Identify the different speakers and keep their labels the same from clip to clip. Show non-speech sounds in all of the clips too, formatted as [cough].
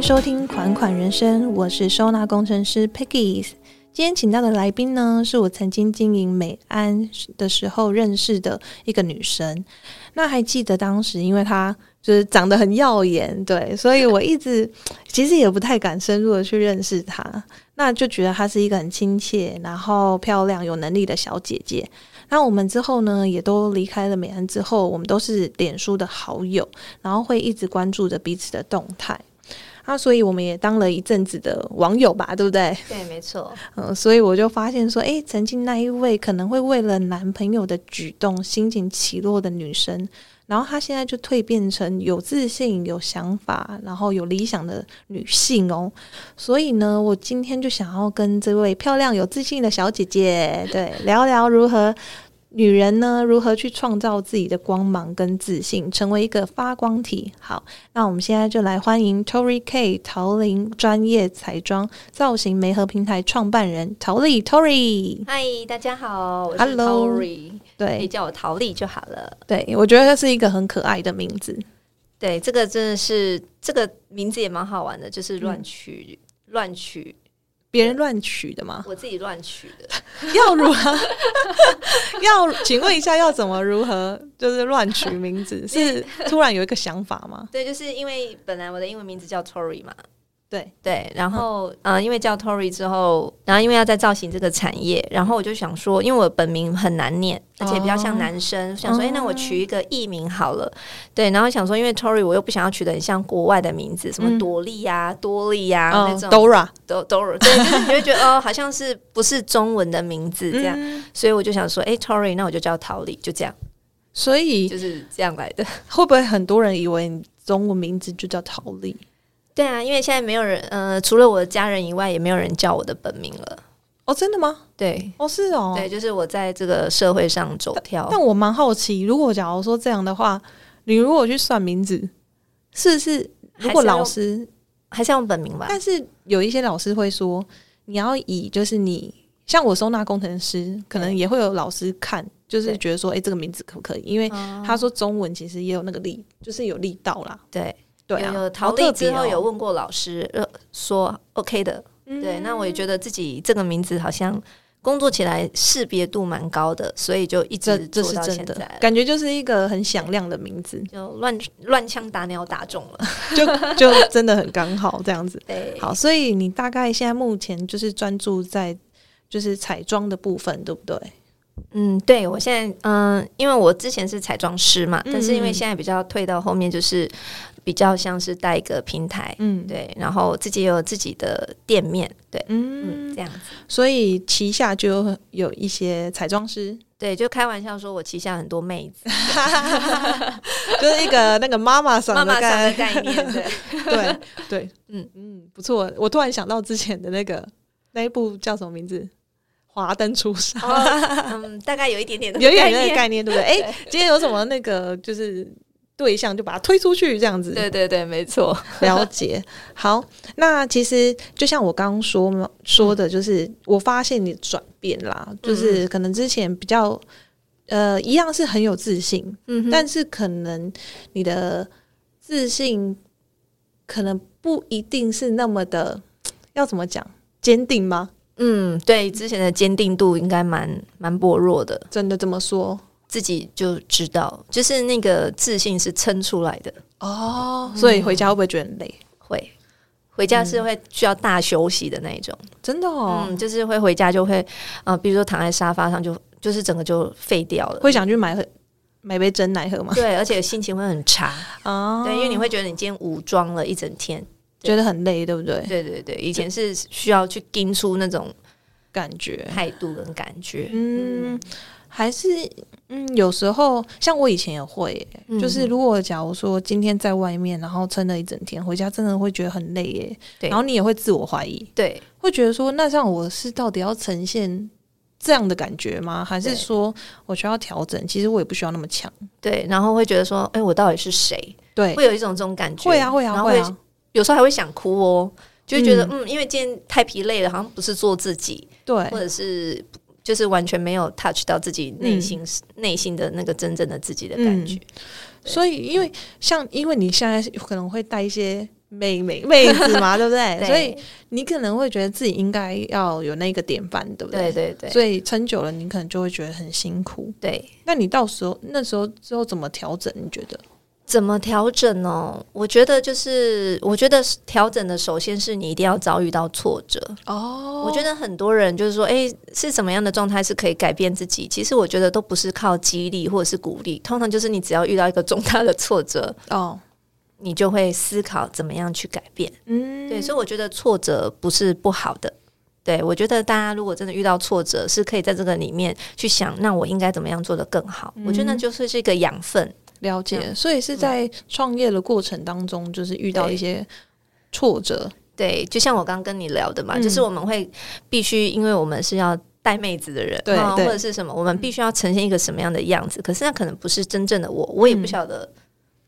Speaker 1: 收听《款款人生》，我是收纳工程师 Peggy。今天请到的来宾呢，是我曾经经营美安的时候认识的一个女生。那还记得当时，因为她就是长得很耀眼，对，所以我一直其实也不太敢深入的去认识她。那就觉得她是一个很亲切、然后漂亮、有能力的小姐姐。那我们之后呢，也都离开了美安之后，我们都是脸书的好友，然后会一直关注着彼此的动态。啊，所以我们也当了一阵子的网友吧，对不对？
Speaker 2: 对，没错，
Speaker 1: 嗯，所以我就发现说，诶，曾经那一位可能会为了男朋友的举动心情起落的女生，然后她现在就蜕变成有自信、哦有想法，然后有理想的女性哦。所以呢，我今天就想要跟这位漂亮、有自信的小姐姐，对，聊聊如何。女人呢，如何去创造自己的光芒跟自信，成为一个发光体？好，那我们现在就来欢迎 Tori K 桃林专业彩妆造型媒合平台创办人桃丽 Tori。
Speaker 2: 嗨，大家好，我是
Speaker 1: Hello
Speaker 2: Tori，可以
Speaker 1: 对
Speaker 2: 叫我陶丽就好了。
Speaker 1: 对，我觉得是一个很可爱的名字。
Speaker 2: 对，这个真的是这个名字也蛮好玩的，就是乱取、乱取，
Speaker 1: 别人乱取的吗？
Speaker 2: 我自己乱取 [laughs] 的。
Speaker 1: [laughs] 要如何？要请问一下，要怎么如何？就是乱取名 [laughs] 字，是突然有一个想法吗？
Speaker 2: 对，就是因为本来我的英文名字叫 Tori 嘛，
Speaker 1: [laughs] 对，
Speaker 2: 对，然后呃，因为叫 Tori 之后，然后因为要在造型这个产业，然后我就想说，因为我本名很难念，而且比较像男生，想说，哎、那我取一个艺名好了。对，然后想说，因为 Tori 我又不想要取得很像国外的名字，什
Speaker 1: 嗯
Speaker 2: 么朵莉呀、多莉呀、
Speaker 1: 嗯
Speaker 2: 那种，
Speaker 1: ，Dora
Speaker 2: 都都，对，就是 [laughs] 你会觉得哦，好像是不是中文的名字这样，
Speaker 1: 嗯
Speaker 2: 所以我就想说，哎、t o r i 那我就叫陶丽，就这样，
Speaker 1: 所以
Speaker 2: 就是这样来的。
Speaker 1: 会不会很多人以为你中文名字就叫桃丽？
Speaker 2: 对啊，因为现在没有人，呃，除了我的家人以外，也没有人叫我的本名了。
Speaker 1: 哦，真的吗？
Speaker 2: 对，
Speaker 1: 哦，是哦。
Speaker 2: 对，就是我在这个社会上走跳。
Speaker 1: 但我蛮好奇，如果假如说这样的话，你如果去算名字，是不是？
Speaker 2: 还是
Speaker 1: 如果
Speaker 2: 要
Speaker 1: 老师，
Speaker 2: 还是要用本名吧？
Speaker 1: 但是有一些老师会说，你要以就是你像我收纳工程师，可能
Speaker 2: 对
Speaker 1: 也会有老师看，就是
Speaker 2: 对
Speaker 1: 觉得说，诶，哎这个名字可不可以？因为
Speaker 2: 哦
Speaker 1: 他说中文其实也有那个力，就是有力道啦。
Speaker 2: 对
Speaker 1: 对啊，
Speaker 2: 有有
Speaker 1: 好
Speaker 2: 逃
Speaker 1: 特
Speaker 2: 离之
Speaker 1: 别
Speaker 2: 后有
Speaker 1: 哦，
Speaker 2: 问过老师，呃，说 OK 的。
Speaker 1: 嗯
Speaker 2: 对，那我也觉得自己这个名字好像工作起来识别度蛮高的，所以就一
Speaker 1: 这
Speaker 2: 直
Speaker 1: 这
Speaker 2: 做
Speaker 1: 是
Speaker 2: 到
Speaker 1: 真
Speaker 2: 现
Speaker 1: 的
Speaker 2: 在，了。
Speaker 1: 感觉就是一个很响亮的名字， [laughs]
Speaker 2: 就乱乱枪打鸟打中了，
Speaker 1: 就就真的很刚好这样子。
Speaker 2: [laughs] 对，
Speaker 1: 好，所以你大概现在目前就是专注在就是彩妆的部分，对不对？
Speaker 2: 嗯，对我现在，嗯，因为我之前是彩妆师嘛，
Speaker 1: 嗯
Speaker 2: 但是因
Speaker 1: 嗯
Speaker 2: 为现在比较退到后面，就是比较像是带一个平台，
Speaker 1: 嗯，，
Speaker 2: 对，然后自己也有自己的店面，对，嗯，
Speaker 1: 嗯，
Speaker 2: 这样子。
Speaker 1: 所以旗下就有一些彩妆师， [laughs]
Speaker 2: 对，就开玩笑说我旗下很多妹子，
Speaker 1: 就是一个那个妈妈
Speaker 2: 妈
Speaker 1: 桑的
Speaker 2: 妈桑
Speaker 1: 概
Speaker 2: 的
Speaker 1: 念，
Speaker 2: 概念，
Speaker 1: [laughs]
Speaker 2: 对，
Speaker 1: 对对，嗯
Speaker 2: 嗯
Speaker 1: 嗯，不错。我突然想到之前的那个那一部叫什么名字，《华灯初上》。
Speaker 2: 嗯，大概有一点点的
Speaker 1: 哦有点那
Speaker 2: 概
Speaker 1: 个
Speaker 2: 念，
Speaker 1: 概念，对不对？哎、今天有什么那个就是对象，就把它推出去这样子。
Speaker 2: 对对对，没错， [laughs]
Speaker 1: 了解，好，那其实就像我刚刚说嘛
Speaker 2: 嗯
Speaker 1: 说的，就是、我发现你转变啦，就是可能之前比较呃一样是很有自信，
Speaker 2: 嗯哼，
Speaker 1: 但是可能你的自信可能不一定是那么的，要怎么讲坚定吗？
Speaker 2: 嗯，对之前的坚定度应该蛮蛮薄弱的，
Speaker 1: 真的这么说
Speaker 2: 自己就知道，就是那个自信是撑出来的，
Speaker 1: 哦？所以回家会不会觉得很累？
Speaker 2: 会回家是会需要大休息的那一种，
Speaker 1: 真的嗯哦，
Speaker 2: 嗯，就是会回家就会，呃，比如说躺在沙发上就就是整个就废掉了，
Speaker 1: 会想去买喝买杯真奶喝吗？
Speaker 2: [laughs] 对，而且心情会很差，
Speaker 1: 啊
Speaker 2: 对，因为你会觉得你今天武装了一整天。
Speaker 1: 觉得很累，对不对？
Speaker 2: 对对对，以前是需要去盯出那种
Speaker 1: 感觉
Speaker 2: 态度跟感觉，
Speaker 1: 嗯，还是嗯，有时候像我以前也会耶、
Speaker 2: 嗯
Speaker 1: 就是如果假如说今天在外面，然后撑了一整天，回家真的会觉得很累耶、
Speaker 2: 对
Speaker 1: 然后你也会自我怀疑，
Speaker 2: 对
Speaker 1: 会觉得说，那这样我是到底要呈现这样的感觉吗？还是
Speaker 2: 对
Speaker 1: 说我需要调整？其实我也不需要那么强，
Speaker 2: 对，然后会觉得说，哎、我到底是谁？
Speaker 1: 对，
Speaker 2: 会有一种这种感觉，
Speaker 1: 会啊，会啊，
Speaker 2: 然后
Speaker 1: 会
Speaker 2: 会、
Speaker 1: 啊，
Speaker 2: 有时候还会想哭哦，就会觉得嗯因为今天太疲累了，好像不是做自己，
Speaker 1: 对
Speaker 2: 或，者是就是完全没有 touch 到自
Speaker 1: 嗯
Speaker 2: 己内心内、心的那个真正的自己的感觉，
Speaker 1: 所以因为像因为你现在可能会带一些妹妹妹子
Speaker 2: [laughs]
Speaker 1: 嘛，对不对？哎
Speaker 2: 对
Speaker 1: 所以你可能会觉得自己应该要有那个典范，对不
Speaker 2: 对对对
Speaker 1: 所以撑久了，你可能就会觉得很辛苦。
Speaker 2: 对，
Speaker 1: 那你到时候那时候之后怎么调整？你觉得？
Speaker 2: 怎么调整哦？我觉得就是，我觉得调整的首先是你一定要遭遇到挫折。
Speaker 1: 哦
Speaker 2: 我觉
Speaker 1: 得
Speaker 2: 得很多人就是说，诶，是怎么样的状态是可以改变自己？其实我觉得都不是靠激励或者是鼓励，通常就是你只要遇到一个重大的挫折，
Speaker 1: 哦，
Speaker 2: 你就会思考怎么样去改变。
Speaker 1: 嗯，
Speaker 2: 对，所以我觉得挫折不是不好的。对，我觉得大家如果真的遇到挫折，是可以在这个里面去想，那我应该怎么样做得更好？我觉
Speaker 1: 嗯
Speaker 2: 得那就是是一个养分。
Speaker 1: 了
Speaker 2: 这
Speaker 1: 解。
Speaker 2: 样
Speaker 1: 所以是在创业的过程当中，就是遇到
Speaker 2: 对
Speaker 1: 一些挫折，
Speaker 2: 对，就像我刚跟你聊的嘛，
Speaker 1: 嗯
Speaker 2: 就是我们会必须，因为我们是要带妹子的人，
Speaker 1: 对
Speaker 2: 啊
Speaker 1: 对
Speaker 2: 或者是什么，我们必须要呈现一个什么样的样子。可是那可能不是真正的我，我也不
Speaker 1: 嗯
Speaker 2: 晓得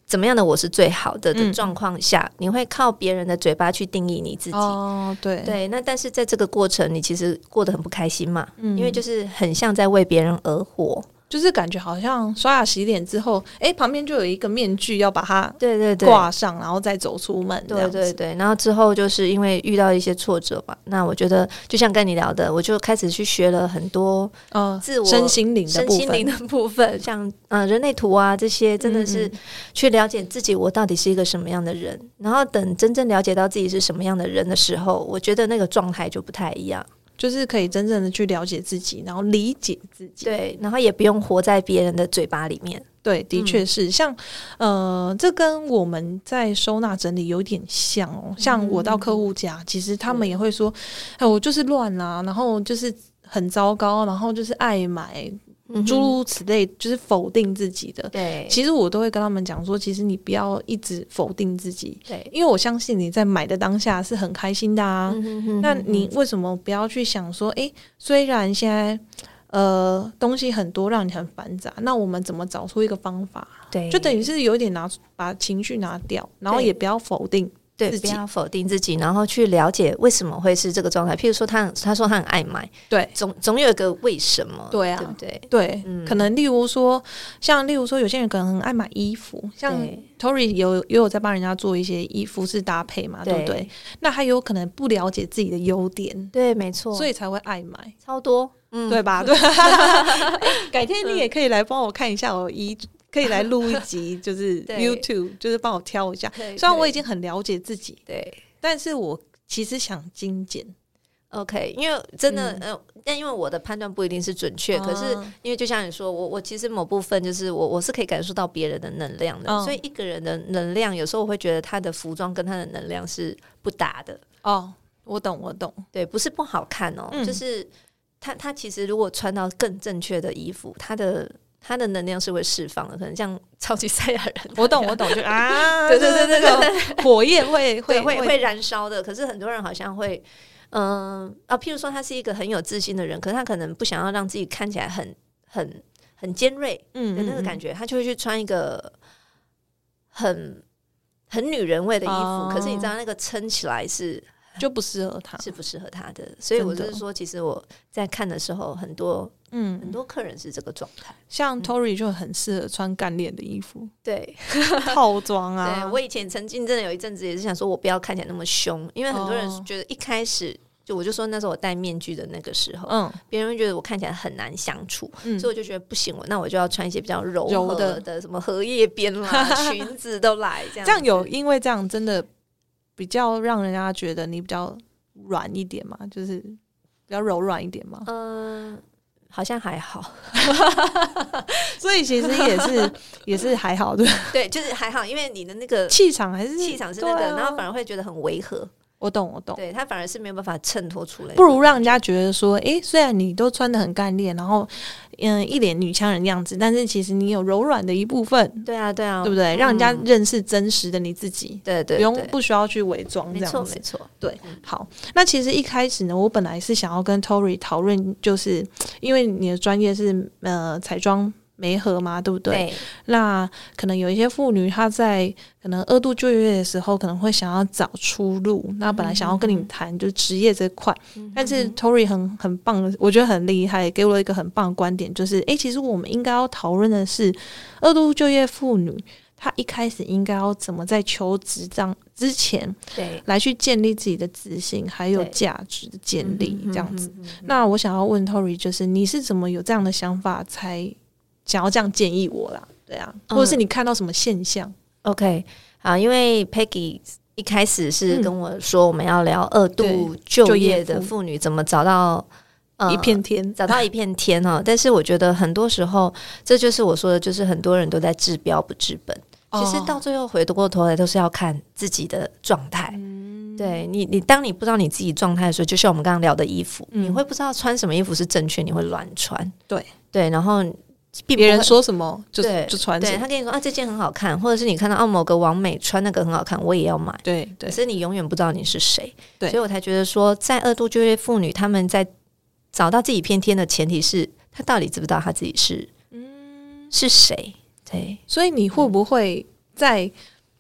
Speaker 2: 怎么样的我是最好的
Speaker 1: 嗯
Speaker 2: 的状况下，你会靠别人的嘴巴去定义你自己。
Speaker 1: 哦，对，
Speaker 2: 对，那但是在这个过程，你其实过得很不开心嘛，
Speaker 1: 嗯
Speaker 2: 因为就是很像在为别人而活。
Speaker 1: 就是感觉好像刷牙洗脸之后，哎，旁边就有一个面具要把它
Speaker 2: 对对对，
Speaker 1: 挂上，然后再走出门，这
Speaker 2: 对
Speaker 1: 样
Speaker 2: 对
Speaker 1: 子。
Speaker 2: 对，然后之后就是因为遇到一些挫折嘛，那我觉得就像跟你聊的，我就开始去学了很多
Speaker 1: 嗯，
Speaker 2: 自我
Speaker 1: 身心灵的
Speaker 2: 身
Speaker 1: 部
Speaker 2: 心
Speaker 1: 分
Speaker 2: 灵，的部分，像呃人类图啊这些，真的是
Speaker 1: 嗯
Speaker 2: 去了解自己，我到底是一个什么样的人。然后等真正了解到自己是什么样的人的时候，我觉得那个状态就不太一样。
Speaker 1: 就是可以真正的去了解自己，然后理解自己。
Speaker 2: 对，然后也不用活在别人的嘴巴里面。
Speaker 1: 对，的
Speaker 2: 嗯
Speaker 1: 确是、像呃，这跟我们在收纳整理有点像哦。像我到客户家，其实他们
Speaker 2: 是
Speaker 1: 也会说：“哎，我就是乱啦、然后就是很糟糕，然后就是爱买，
Speaker 2: 嗯哼
Speaker 1: 诸如此类，就是否定自己的。”
Speaker 2: 对
Speaker 1: 其实我都会跟他们讲说，其实你不要一直否定自己，
Speaker 2: 对，
Speaker 1: 因为我相信你在买的当下是很开心的啊。
Speaker 2: 嗯哼哼
Speaker 1: 那
Speaker 2: 哼
Speaker 1: 你为什么不要去想说，诶，虽然现在呃东西很多，让你很繁杂，那我们怎么找出一个方法？
Speaker 2: 对
Speaker 1: 就等于是有点拿把情绪拿掉，然后
Speaker 2: 对
Speaker 1: 也不要否定。
Speaker 2: 对，
Speaker 1: 自
Speaker 2: 不
Speaker 1: 己
Speaker 2: 要否定自己，然后去了解为什么会是这个状态。譬如说他，他说他很爱买，
Speaker 1: 对
Speaker 2: 总总有一个为什么，
Speaker 1: 对啊
Speaker 2: 对不对？
Speaker 1: 对，
Speaker 2: 嗯
Speaker 1: 可能例如说，像例如说，有些人可能很爱买衣服，像
Speaker 2: 对
Speaker 1: Tory 有也有在帮人家做一些衣服饰搭配嘛，对不对？那他有可能不了解自己的优点，
Speaker 2: 对，没错，
Speaker 1: 所
Speaker 2: 以
Speaker 1: 以才会爱买，
Speaker 2: 超多，嗯，
Speaker 1: 对 [laughs] 吧？对，改天你也可以来帮我看一下我衣，可以来录一
Speaker 2: [laughs]
Speaker 1: 集，就是
Speaker 2: 对
Speaker 1: YouTube，就是帮我挑一下。
Speaker 2: 对
Speaker 1: 虽然我已
Speaker 2: 对
Speaker 1: 经很了解自己，
Speaker 2: 对。
Speaker 1: 但是我其实想精简，
Speaker 2: OK，因为真的，
Speaker 1: 嗯
Speaker 2: 呃，但因为我的判断不一定是准确，可是
Speaker 1: 啊
Speaker 2: 因为就像你说，我我其实某部分就是我我是可以感受到别人的能量的，
Speaker 1: 嗯
Speaker 2: 所以一个人的能量有时候我会觉得他的服装跟他的能量是不搭的，
Speaker 1: 哦，我懂，我懂，
Speaker 2: 对，不是不好看哦，
Speaker 1: 嗯
Speaker 2: 就是他他其实如果穿到更正确的衣服，他的他的能量是会释放的，可能像 [laughs] 超级赛亚人那样，
Speaker 1: 我懂，我懂，就
Speaker 2: [laughs]
Speaker 1: 啊，
Speaker 2: 对对对
Speaker 1: 就是那个火焰会
Speaker 2: 对
Speaker 1: 会
Speaker 2: 会
Speaker 1: 会
Speaker 2: 会燃烧的。可是很多人好像会，嗯、啊，譬如说他是一个很有自信的人，可是他可能不想要让自己看起来很很很尖锐
Speaker 1: 嗯
Speaker 2: 的那个感觉，他就会去穿一个很很女人味的衣服。
Speaker 1: 哦
Speaker 2: 可是你知道那个撑起来是
Speaker 1: 嗯就不适合他，
Speaker 2: 是不适合他的，所以我
Speaker 1: 真的
Speaker 2: 就
Speaker 1: 哦
Speaker 2: 是说，其实我在看的时候，很多很
Speaker 1: 嗯，
Speaker 2: 多嗯客人是这个状态。
Speaker 1: 像 Tory 就很适合穿干练的衣服
Speaker 2: 对，
Speaker 1: 套装
Speaker 2: 对
Speaker 1: 啊，
Speaker 2: 我以前曾经真的有一阵子也是想说，我不要看起来那么凶，因为很多
Speaker 1: 哦
Speaker 2: 人觉得一开始。就我就说那时候我戴面具的那个时候，
Speaker 1: 嗯
Speaker 2: 别人会觉得我看起来很难相处，
Speaker 1: 嗯
Speaker 2: 所以我就觉得不行，我那我就要穿一些比较柔
Speaker 1: 柔
Speaker 2: 和
Speaker 1: 的
Speaker 2: 的什么荷叶边啦、
Speaker 1: [laughs]
Speaker 2: 裙子都来这样
Speaker 1: 这
Speaker 2: 子。
Speaker 1: 样有因为这样真的比较让人家觉得你比较软一点嘛，就是比较柔软一点嘛，
Speaker 2: 嗯、好像
Speaker 1: [laughs]
Speaker 2: 还好，
Speaker 1: 所以其实也
Speaker 2: [laughs]
Speaker 1: 是也是还好的
Speaker 2: 对，就是还好，因为你的那个
Speaker 1: 气场还是
Speaker 2: 气场是那个，
Speaker 1: 对啊
Speaker 2: 然后反而会觉得很违和，
Speaker 1: 我懂我懂。
Speaker 2: 对他反而是没有办法衬托出来。
Speaker 1: 不如让人家觉得说，诶，虽然你都穿的很干练，然后嗯一脸女强人的样子，但是其实你有柔软的一部分，
Speaker 2: 对啊，对啊，
Speaker 1: 对不对？让人家
Speaker 2: 嗯
Speaker 1: 认识真实的你自己，
Speaker 2: 对对
Speaker 1: 不用
Speaker 2: 对
Speaker 1: 不需要去伪装
Speaker 2: 没
Speaker 1: 这
Speaker 2: 错
Speaker 1: 样子
Speaker 2: 没。错，
Speaker 1: 好，那其实一开始呢，我本来是想要跟 Tory 讨论，就是因为你的专业是呃彩妆。媒合嘛，对不对？
Speaker 2: 对
Speaker 1: 那可能有一些妇女，她在可能二度就业的时候，可能会想要找出路。那本来想要跟你谈就是职业这块，但是 Tory 很很棒的，我觉得很厉害，给我了一个很棒的观点，就是诶，其实我们应该要讨论的是二度就业妇女。他一开始应该要怎么在求职上之前
Speaker 2: 对，
Speaker 1: 来去建立自己的自信，还有
Speaker 2: 对
Speaker 1: 价值的建立
Speaker 2: 嗯哼
Speaker 1: 这样子。，
Speaker 2: 嗯哼嗯哼
Speaker 1: 那我想要问 Tory，就是你是怎么有这样的想法，才想要这样建议我啦？对啊，
Speaker 2: 嗯
Speaker 1: 或者是你看到什么现象？
Speaker 2: OK，好，因为 Peggy 一开始是跟我说我们要聊二度
Speaker 1: 嗯就
Speaker 2: 就
Speaker 1: 业
Speaker 2: 业
Speaker 1: 妇
Speaker 2: 的妇女怎么找到、呃
Speaker 1: 一片天，
Speaker 2: 找到一片天哈、但是我觉得很多时候，这就是我说的，就是很多人都在治标不治本。其
Speaker 1: 哦
Speaker 2: 实到最后回过头来，都是要看自己的状态。
Speaker 1: 嗯
Speaker 2: 对你，你当你不知道你自己状态的时候，就像我们刚刚聊的衣服，
Speaker 1: 嗯
Speaker 2: 你会不知道穿什么衣服是正确，你会乱穿。
Speaker 1: 对
Speaker 2: 对，然后并不
Speaker 1: 别
Speaker 2: 会
Speaker 1: 人说什么就
Speaker 2: 对
Speaker 1: 就传什
Speaker 2: 对
Speaker 1: 么，
Speaker 2: 他跟你说啊，这件很好看，或者是你看到啊某个网美穿那个很好看，我也要买。
Speaker 1: 对对
Speaker 2: 可是你永远不知道你是谁，
Speaker 1: 对
Speaker 2: 所以我才觉得说，在二度就业妇女，她们在找到自己偏天的前提是，她到底知不知道她自己是嗯是谁？对，
Speaker 1: 所以你会不会在？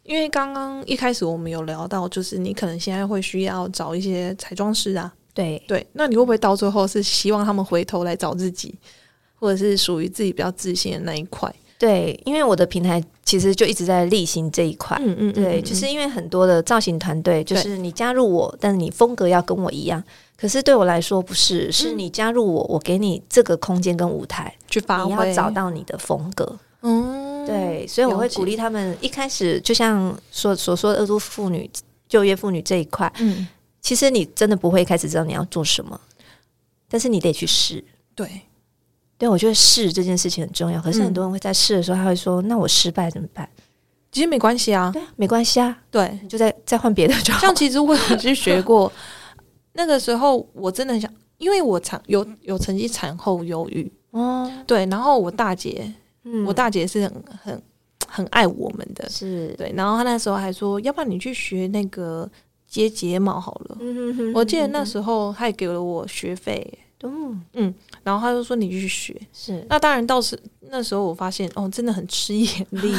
Speaker 1: 因为刚刚一开始我们有聊到，就是你可能现在会需要找一些彩妆师啊，
Speaker 2: 对，
Speaker 1: 对，那你会不会到最后是希望他们回头来找自己，或者是属于自己比较自信的那一块？
Speaker 2: 对，因为我的平台其实就一直在例行这一块。
Speaker 1: 嗯嗯
Speaker 2: 对，就是因为很多的造型团队，就
Speaker 1: 对
Speaker 2: 是你加入我，但是你风格要跟我一样。可是对我来说不是，是
Speaker 1: 嗯
Speaker 2: 你加入我，我给你这个空间跟舞台，
Speaker 1: 去发
Speaker 2: 你
Speaker 1: 挥，
Speaker 2: 要找到你的风格。
Speaker 1: 嗯，
Speaker 2: 对，所以我
Speaker 1: 了
Speaker 2: 会
Speaker 1: 解
Speaker 2: 鼓励他们一开始，就像所所说的二度妇女、就业妇女这一块，
Speaker 1: 嗯，
Speaker 2: 其实你真的不会一开始知道你要做什么，但是你得去试。
Speaker 1: 对，
Speaker 2: 对，我觉得试这件事情很重要。可是
Speaker 1: 嗯
Speaker 2: 很多人会在试的时候，他会说：“那我失败怎么办
Speaker 1: 其实没关系？”啊，
Speaker 2: 对啊，没关系啊，
Speaker 1: 对，
Speaker 2: 你就再再换别的就好
Speaker 1: 像。其实我有去学过，那个时候我真的很想，因为我产有有曾经产后忧郁，
Speaker 2: 哦，
Speaker 1: 对，然后我大姐，
Speaker 2: 嗯
Speaker 1: 我大姐是很很很爱我们的，
Speaker 2: 是，
Speaker 1: 对，然后她那时候还说，要不然你去学那个接睫毛好了。
Speaker 2: 嗯哼
Speaker 1: 我记得那时候她也给了我学费，
Speaker 2: 候，嗯，
Speaker 1: 然后她就说你去学。
Speaker 2: 是
Speaker 1: 那当然到时那时候我发现哦，真的很吃眼
Speaker 2: [laughs]
Speaker 1: 力，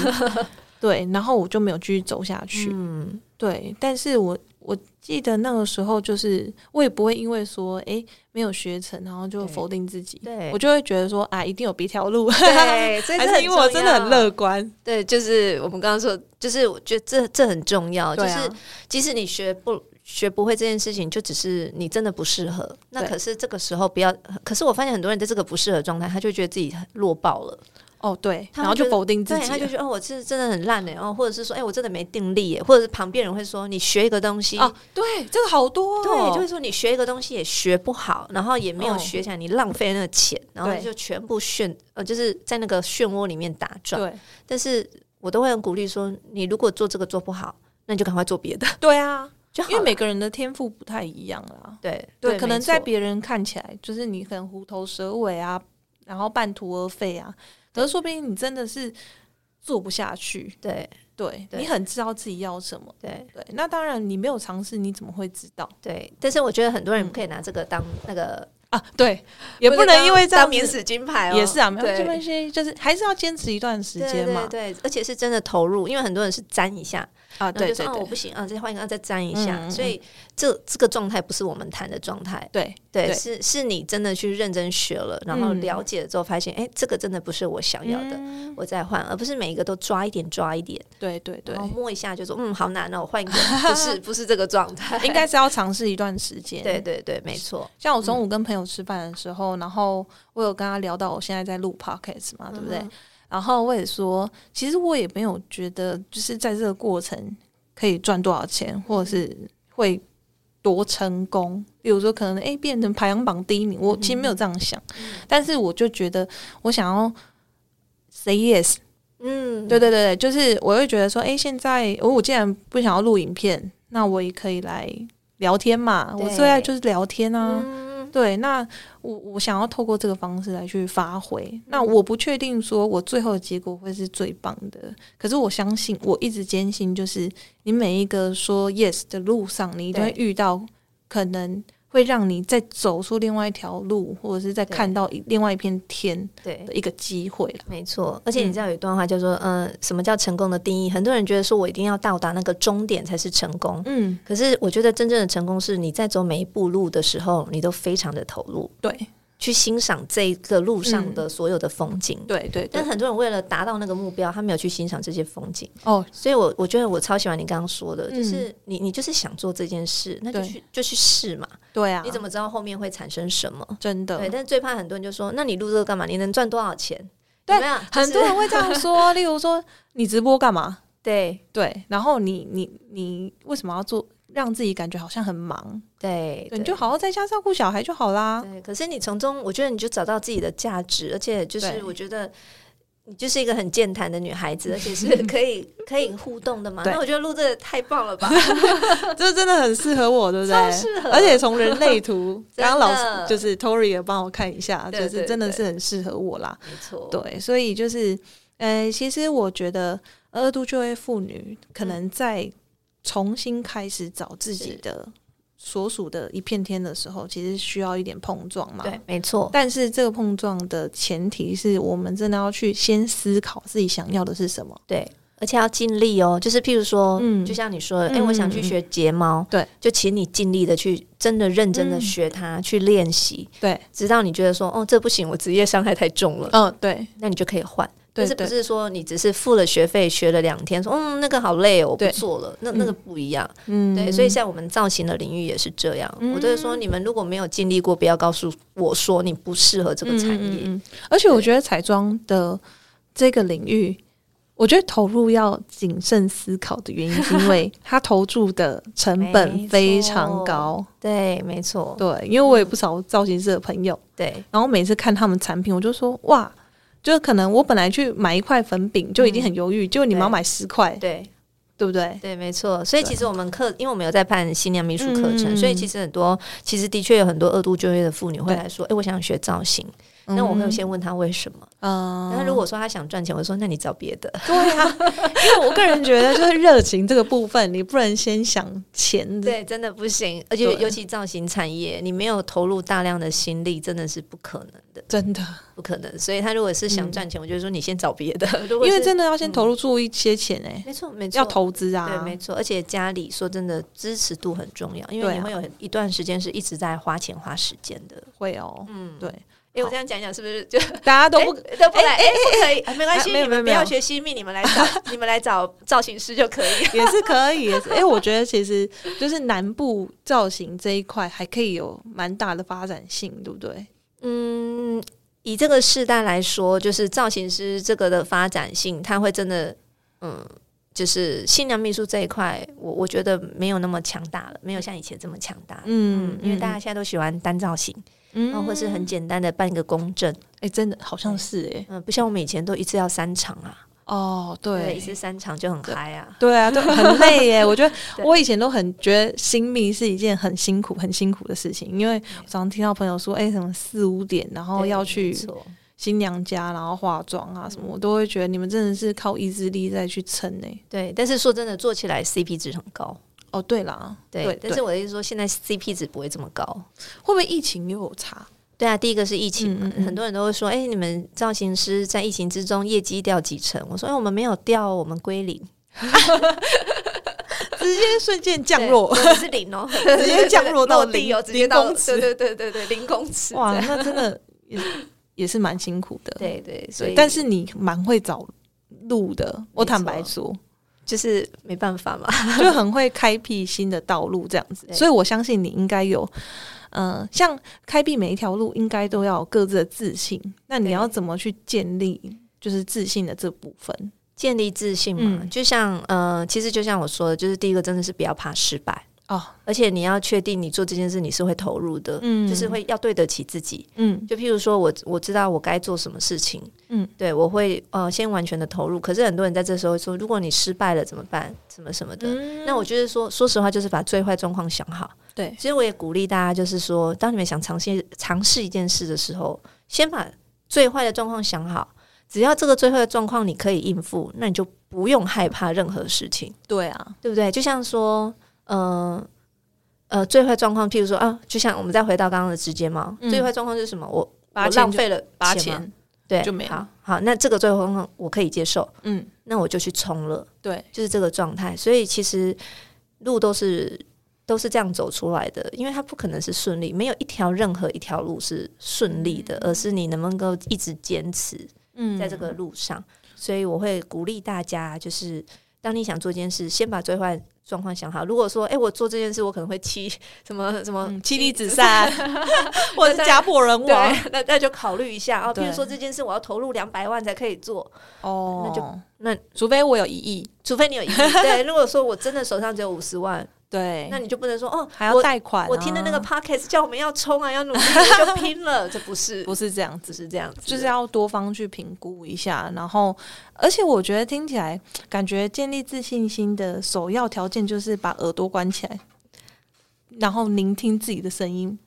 Speaker 1: 对，然后我就没有继续走下去。
Speaker 2: 嗯，
Speaker 1: 对，但是我我记得那个时候，就是我也不会因为说，诶没有学成，然后就
Speaker 2: 对
Speaker 1: 否定自己，
Speaker 2: 对
Speaker 1: 我就会觉得说，啊，一定有别条路， [laughs] 还
Speaker 2: [laughs] 对，所以
Speaker 1: 是因为我真的很乐观，
Speaker 2: 对，就是我们刚刚说，就是我觉得这这很重要，哦就
Speaker 1: 对
Speaker 2: 是
Speaker 1: 啊，
Speaker 2: 即使你学不学不会这件事情，就只是你真的不适合。那
Speaker 1: 对
Speaker 2: 可是这个时候不要，可是我发现很多人在这个不适合的状态，他就觉得自己弱爆了，
Speaker 1: 哦，对，
Speaker 2: 他
Speaker 1: 然
Speaker 2: 会
Speaker 1: 后就
Speaker 2: 觉得
Speaker 1: 否定自
Speaker 2: 对，
Speaker 1: 己啊
Speaker 2: 他就
Speaker 1: 了，
Speaker 2: 觉得哦，我是真的很烂哎，哦，或者是说，哎、我真的没定力耶，或者是旁边人会说你学一个东西。
Speaker 1: 哦，对，这个好多、哦，
Speaker 2: 对，就会说你学一个东西也学不好，然后也没有
Speaker 1: 哦
Speaker 2: 学起来，你浪费那个钱，然后
Speaker 1: 对
Speaker 2: 就全部漩呃，就是在那个漩涡里面打转。
Speaker 1: 对，
Speaker 2: 但是我都会很鼓励说，你如果做这个做不好，那你就赶快做别的， [laughs]
Speaker 1: 对啊，
Speaker 2: 就好
Speaker 1: 因为
Speaker 2: 了
Speaker 1: 每个人的天赋不太一样啦，
Speaker 2: 对
Speaker 1: 对，可能
Speaker 2: 没
Speaker 1: 在
Speaker 2: 错
Speaker 1: 别人看起来就是你可能虎头蛇尾啊，然后半途而废啊，可是说不定你真的是做不下去，
Speaker 2: 对
Speaker 1: 对
Speaker 2: 对
Speaker 1: 你很知道自己要什么。
Speaker 2: 对
Speaker 1: 对，那当然你没有尝试，你怎么会知道
Speaker 2: 对，但是我觉得很多人
Speaker 1: 嗯
Speaker 2: 不可以拿这个当那个，
Speaker 1: 啊？对， [laughs] 也不
Speaker 2: 是
Speaker 1: 能
Speaker 2: 当
Speaker 1: 因为这样
Speaker 2: 当免
Speaker 1: 子，
Speaker 2: 死金牌哦，
Speaker 1: 也是啊，没有
Speaker 2: 对
Speaker 1: 这东西就是还是要坚持一段时间嘛。
Speaker 2: 对对对，而且是真的投入，因为很多人是粘一下，
Speaker 1: 啊，
Speaker 2: 然后
Speaker 1: 对
Speaker 2: 就
Speaker 1: 对
Speaker 2: 说啊我
Speaker 1: 对
Speaker 2: 不行啊，再换一个，啊再粘一下，
Speaker 1: 嗯嗯嗯
Speaker 2: 所以这这个状态不是我们谈的状态。
Speaker 1: 对
Speaker 2: 对，
Speaker 1: 对
Speaker 2: 是是你真的去认真学了，然后
Speaker 1: 嗯
Speaker 2: 了解了之后，发现哎、这个真的不是我想要的，
Speaker 1: 嗯
Speaker 2: 我再换，而不是每一个都抓一点抓一点，
Speaker 1: 对对对
Speaker 2: 然后，摸一下就说嗯好难哦，我换一个，
Speaker 1: [laughs]
Speaker 2: 不是不是这个状态，
Speaker 1: 应该是要尝试一段时间。
Speaker 2: 对，对对，没错，
Speaker 1: 像我中午跟朋友吃饭的时候，然后我有跟他聊到我现在在录 podcast 嘛，对不对？
Speaker 2: 嗯哼
Speaker 1: 然后我也说，其实我也没有觉得，就是在这个过程可以赚多少钱，或者是会多成功。比如说，可能诶、变成排行榜第一名，我其实
Speaker 2: 嗯
Speaker 1: 没有这样想，但是我就觉得我想要 say yes。
Speaker 2: 嗯，
Speaker 1: 对对对，对就是我会觉得说，诶、现在哦我我既然不想要录影片，那我也可以来聊天嘛。
Speaker 2: 对
Speaker 1: 我最爱就是聊天啊。
Speaker 2: 嗯
Speaker 1: 对，那我我想要透过这个方式来去发挥。那我不确定说我最后的结果会是最棒的，可是我相信，我一直坚信，就是你每一个说 yes 的路上，你一定会
Speaker 2: 对
Speaker 1: 遇到可能会让你再走出另外一条路，或者是再
Speaker 2: 对
Speaker 1: 看到一另外一片天
Speaker 2: 对
Speaker 1: 的。一个机会啦。
Speaker 2: 没错，而且你知道有一段话叫做“嗯、什么叫成功的定义？”很多人觉得说我一定要到达那个终点才是成功，
Speaker 1: 嗯，
Speaker 2: 可是我觉得真正的成功是你在走每一步路的时候，你都非常的投入，
Speaker 1: 对
Speaker 2: 去欣赏这个路上
Speaker 1: 嗯
Speaker 2: 的所有的风景。
Speaker 1: 对对对
Speaker 2: 但，很多人为了达到那个目标，他没有去欣赏这些风景，
Speaker 1: 哦，
Speaker 2: 所以我我觉得我超喜欢你刚刚说的，
Speaker 1: 嗯
Speaker 2: 就是你你就是想做这件事，那就
Speaker 1: 对
Speaker 2: 去就去试嘛，
Speaker 1: 对啊，
Speaker 2: 你怎么知道后面会产生什么？
Speaker 1: 真的
Speaker 2: 对，？但是最怕很多人就说，那你录这个干嘛？你能赚多少钱？
Speaker 1: 对
Speaker 2: 有没有就是
Speaker 1: 很多人会这样说，
Speaker 2: [laughs]
Speaker 1: 例如说你直播干嘛？
Speaker 2: 对
Speaker 1: 对，然后你你你为什么要做，让自己感觉好像很忙？
Speaker 2: 对
Speaker 1: 对，你就好好在家照顾小孩就好啦。
Speaker 2: 对，可是你从中，我觉得你就找到自己的价值，而且就是
Speaker 1: 对
Speaker 2: 我觉得你就是一个很健谈的女孩
Speaker 1: [laughs]
Speaker 2: 子，而且是可以可以互动的嘛。
Speaker 1: 对
Speaker 2: 那我觉得录这个太棒了吧，
Speaker 1: [laughs] 这真的很适合我，对不对？
Speaker 2: 超适合
Speaker 1: 而且从人类图，
Speaker 2: [laughs] 真的
Speaker 1: 刚刚老师就是 Tori 也帮我看一下，
Speaker 2: 对
Speaker 1: 就是
Speaker 2: 对
Speaker 1: 真的
Speaker 2: 对
Speaker 1: 是很适合我啦。
Speaker 2: 没错，
Speaker 1: 对，所以就是，呃，其实我觉得二度就业妇女可能在重新开始找自己
Speaker 2: 嗯是
Speaker 1: 的所属的一片天的时候，其实需要一点碰撞嘛。
Speaker 2: 对，没错，
Speaker 1: 但是这个碰撞的前提是我们真的要去先思考自己想要的是什么。
Speaker 2: 对。而且要尽力哦，就是譬如说，
Speaker 1: 嗯
Speaker 2: 就像你说的，哎、
Speaker 1: 嗯
Speaker 2: 我想去学睫毛，
Speaker 1: 对，
Speaker 2: 就请你尽力的去，真的认真的
Speaker 1: 嗯
Speaker 2: 学它，去练习，
Speaker 1: 对，
Speaker 2: 直到你觉得说，哦，这不行，我职业伤害太重
Speaker 1: [laughs]
Speaker 2: 了，
Speaker 1: 嗯，对，
Speaker 2: 那你就可以换。
Speaker 1: 对
Speaker 2: 但是不
Speaker 1: 对
Speaker 2: 是说你只是付了学费学了两天，说嗯那个好累哦，我不
Speaker 1: 对
Speaker 2: 做了，那
Speaker 1: 嗯
Speaker 2: 那个不一样。
Speaker 1: 嗯，
Speaker 2: 对，所以像我们造型的领域也是这样。
Speaker 1: 嗯
Speaker 2: 我都会说，你们如果没有经历过，不要告诉我说你不适合这个
Speaker 1: 嗯
Speaker 2: 产业。
Speaker 1: 嗯嗯而且我觉得彩妆的这个领域，我觉得投入要谨慎思考的原因，是因为它投注的成本非常高。
Speaker 2: 对，没错，
Speaker 1: 对，因为我有不少造型师的朋友，
Speaker 2: 对
Speaker 1: 然后每次看他们产品，我就说哇。就可能我本来去买一块粉饼就已经很犹豫，结果你们要
Speaker 2: 对
Speaker 1: 买十块，
Speaker 2: 嗯对
Speaker 1: 对不对？
Speaker 2: 对，没错。所以
Speaker 1: 对
Speaker 2: 其实我们课，因为我们有在办新娘秘书课程，
Speaker 1: 嗯嗯嗯
Speaker 2: 所以其实很多，其实的确有很多二度就业的妇女
Speaker 1: 对
Speaker 2: 会来说，哎、我想学造型。那我会先问她为什么。
Speaker 1: 嗯，
Speaker 2: 那、如果说她想赚钱，我说那你找别的。
Speaker 1: 对啊，因为我个人觉得就是热情这个部分，你不能先想钱的。
Speaker 2: [laughs] 对，真的不行，而且
Speaker 1: 对
Speaker 2: 尤其造型产业，你没有投入大量的心力，真的是不可能的，
Speaker 1: 真的，
Speaker 2: 不可能。所以他如果是想赚钱，我就说你先找别的。 [laughs] 如
Speaker 1: 嗯
Speaker 2: 果
Speaker 1: 因为
Speaker 2: 是嗯
Speaker 1: 真的要先投入注一些钱哎、
Speaker 2: 没错，没错，
Speaker 1: 要、投资啊，
Speaker 2: 对，没错。而且家里说真的，支持度很重要，因
Speaker 1: 对啊
Speaker 2: 为你会有一段时间是一直在花钱花时间的。
Speaker 1: 会哦，
Speaker 2: 嗯，
Speaker 1: 对，
Speaker 2: 哎、我这样讲讲是不是就
Speaker 1: 大家都
Speaker 2: 哎
Speaker 1: 不、
Speaker 2: 都不来？哎、不可以，啊没关系，
Speaker 1: 啊没有没有
Speaker 2: 你们不
Speaker 1: 没有
Speaker 2: 要学西密，你们来
Speaker 1: [laughs]
Speaker 2: 找你们来找造型师就可以。
Speaker 1: [laughs] 也是可以，也是，哎、我觉得其实就是南部造型这一块还可以有蛮大的发展性，对不对？
Speaker 2: 嗯，以这个世代来说，就是造型师这个的发展性，它会真的，嗯，就是新娘秘书这一块，我我觉得没有那么强大了，没有像以前这么强大。嗯
Speaker 1: 嗯，，
Speaker 2: 因为大家现在都喜欢单造型，然后
Speaker 1: 嗯
Speaker 2: 或是很简单的办一个公证，
Speaker 1: 哎、真的好像是哎、
Speaker 2: 嗯，不像我们以前都一次要三场啊，
Speaker 1: 哦，
Speaker 2: 对，
Speaker 1: 对。
Speaker 2: 一次三场就很嗨啊。
Speaker 1: 对啊，对，很累
Speaker 2: [laughs]
Speaker 1: 耶。我觉得
Speaker 2: 对
Speaker 1: 我以前都很觉得新密是一件很辛苦、很辛苦的事情，因为我常听到朋友说，哎、什么四五点，然后
Speaker 2: 嗯
Speaker 1: 哦
Speaker 2: 对
Speaker 1: 要
Speaker 2: 没
Speaker 1: 去
Speaker 2: 错嗯
Speaker 1: 新娘家，然后化妆啊什么，我都会觉得你们真的是靠意志力再去撑哎。
Speaker 2: 对，但是说真的，做起来 CP 值很高，
Speaker 1: 哦，对啦，
Speaker 2: 对，
Speaker 1: 对，
Speaker 2: 但是我的意思说，现在 CP 值不会这么高，
Speaker 1: 会不会疫情又有差？ [laughs]
Speaker 2: 对啊，第一个是疫情嘛，
Speaker 1: 嗯嗯嗯
Speaker 2: 很多人都会说，哎、你们造型师在疫情之中业绩掉几成？我说，哎、我们没有掉哦，我们归零，
Speaker 1: 直接瞬间降
Speaker 2: 对
Speaker 1: 落
Speaker 2: 我。们是零 [laughs] 哦，
Speaker 1: 直接降落到
Speaker 2: 地
Speaker 1: 零
Speaker 2: 哦，直接到
Speaker 1: 零公尺
Speaker 2: 对对对对对，零公尺，
Speaker 1: [laughs] 哇，
Speaker 2: 哇，
Speaker 1: 那真的也也是蛮辛苦的。
Speaker 2: 对对，所以
Speaker 1: 对，但是你蛮会找路的，我
Speaker 2: 没
Speaker 1: 坦白
Speaker 2: 错 [laughs]
Speaker 1: 说，
Speaker 2: 就是没办法嘛，
Speaker 1: 就很会开辟新的道路这样子。
Speaker 2: 对
Speaker 1: 所以我相信你应该有，呃，像开辟每一条路，应该都要有各自的自信。那你
Speaker 2: 对
Speaker 1: 要怎么去建立就是自信的这部分？
Speaker 2: [laughs] 建立自信嘛，
Speaker 1: 嗯
Speaker 2: 就像呃，其实就像我说的，就是第一个真的是不要怕失败，
Speaker 1: 哦，
Speaker 2: 而且你要确定你做这件事你是会投入的，
Speaker 1: 嗯
Speaker 2: 就是会要对得起自己，
Speaker 1: 嗯
Speaker 2: 就譬如说我我知道我该做什么事情，
Speaker 1: 嗯，
Speaker 2: 对我会呃先完全的投入。可是很多人在这时候会说，如果你失败了怎么办？什么什么的。
Speaker 1: 嗯
Speaker 2: 那我就是说，说实话，就是把最坏状况想好。
Speaker 1: 对
Speaker 2: 其实我也鼓励大家，就是说，当你们想尝试尝试一件事的时候，先把最坏的状况想好。只要这个最坏的状况你可以应付，那你就不用害怕任何事情。
Speaker 1: 对啊，
Speaker 2: 对不对？就像说，呃呃，最坏状况，譬如说啊，就像我们再回到刚刚的直睫毛，
Speaker 1: 嗯
Speaker 2: 最坏状况是什么？我
Speaker 1: 拔
Speaker 2: 我
Speaker 1: 钱
Speaker 2: 浪费了
Speaker 1: 八
Speaker 2: 钱吗
Speaker 1: 千，
Speaker 2: 对，
Speaker 1: 就没
Speaker 2: 好
Speaker 1: 了。
Speaker 2: 好，那这个最坏状况我可以接受，
Speaker 1: 嗯，
Speaker 2: 那我就去冲了，
Speaker 1: 对，
Speaker 2: 就是这个状态。所以其实路都是。都是这样走出来的，因为它不可能是顺利，没有一条任何一条路是顺利的，而是你能不能够一直坚持
Speaker 1: 嗯
Speaker 2: 在这个路上。所以我会鼓励大家，就是当你想做一件事，先把最坏状况想好。如果说，哎、我做这件事，我可能会妻什么什么
Speaker 1: 嗯妻离子散， [laughs] 或者是家破人亡，
Speaker 2: [laughs] 对，那那就考虑一下哦。比
Speaker 1: 对
Speaker 2: 如说这件事，我要投入两百万才可以
Speaker 1: [laughs]
Speaker 2: 做，
Speaker 1: 哦
Speaker 2: 那就那
Speaker 1: 除非我有异议，
Speaker 2: 除非你有一亿。对，如果说我真的手上只有五十万，
Speaker 1: 对，
Speaker 2: 那你就不能说哦，
Speaker 1: 还要
Speaker 2: 我
Speaker 1: 贷哎款啊、
Speaker 2: 我听的那个 podcast 叫我们要冲啊，要努力，我就拼了。这不是，
Speaker 1: [laughs] 不是这样子
Speaker 2: 只。是这样子的，
Speaker 1: 就是要多方去评估一下，然后，而且我觉得听起来，感觉建立自信心的首要条件就是把耳朵关起来，然后聆听自己的声音，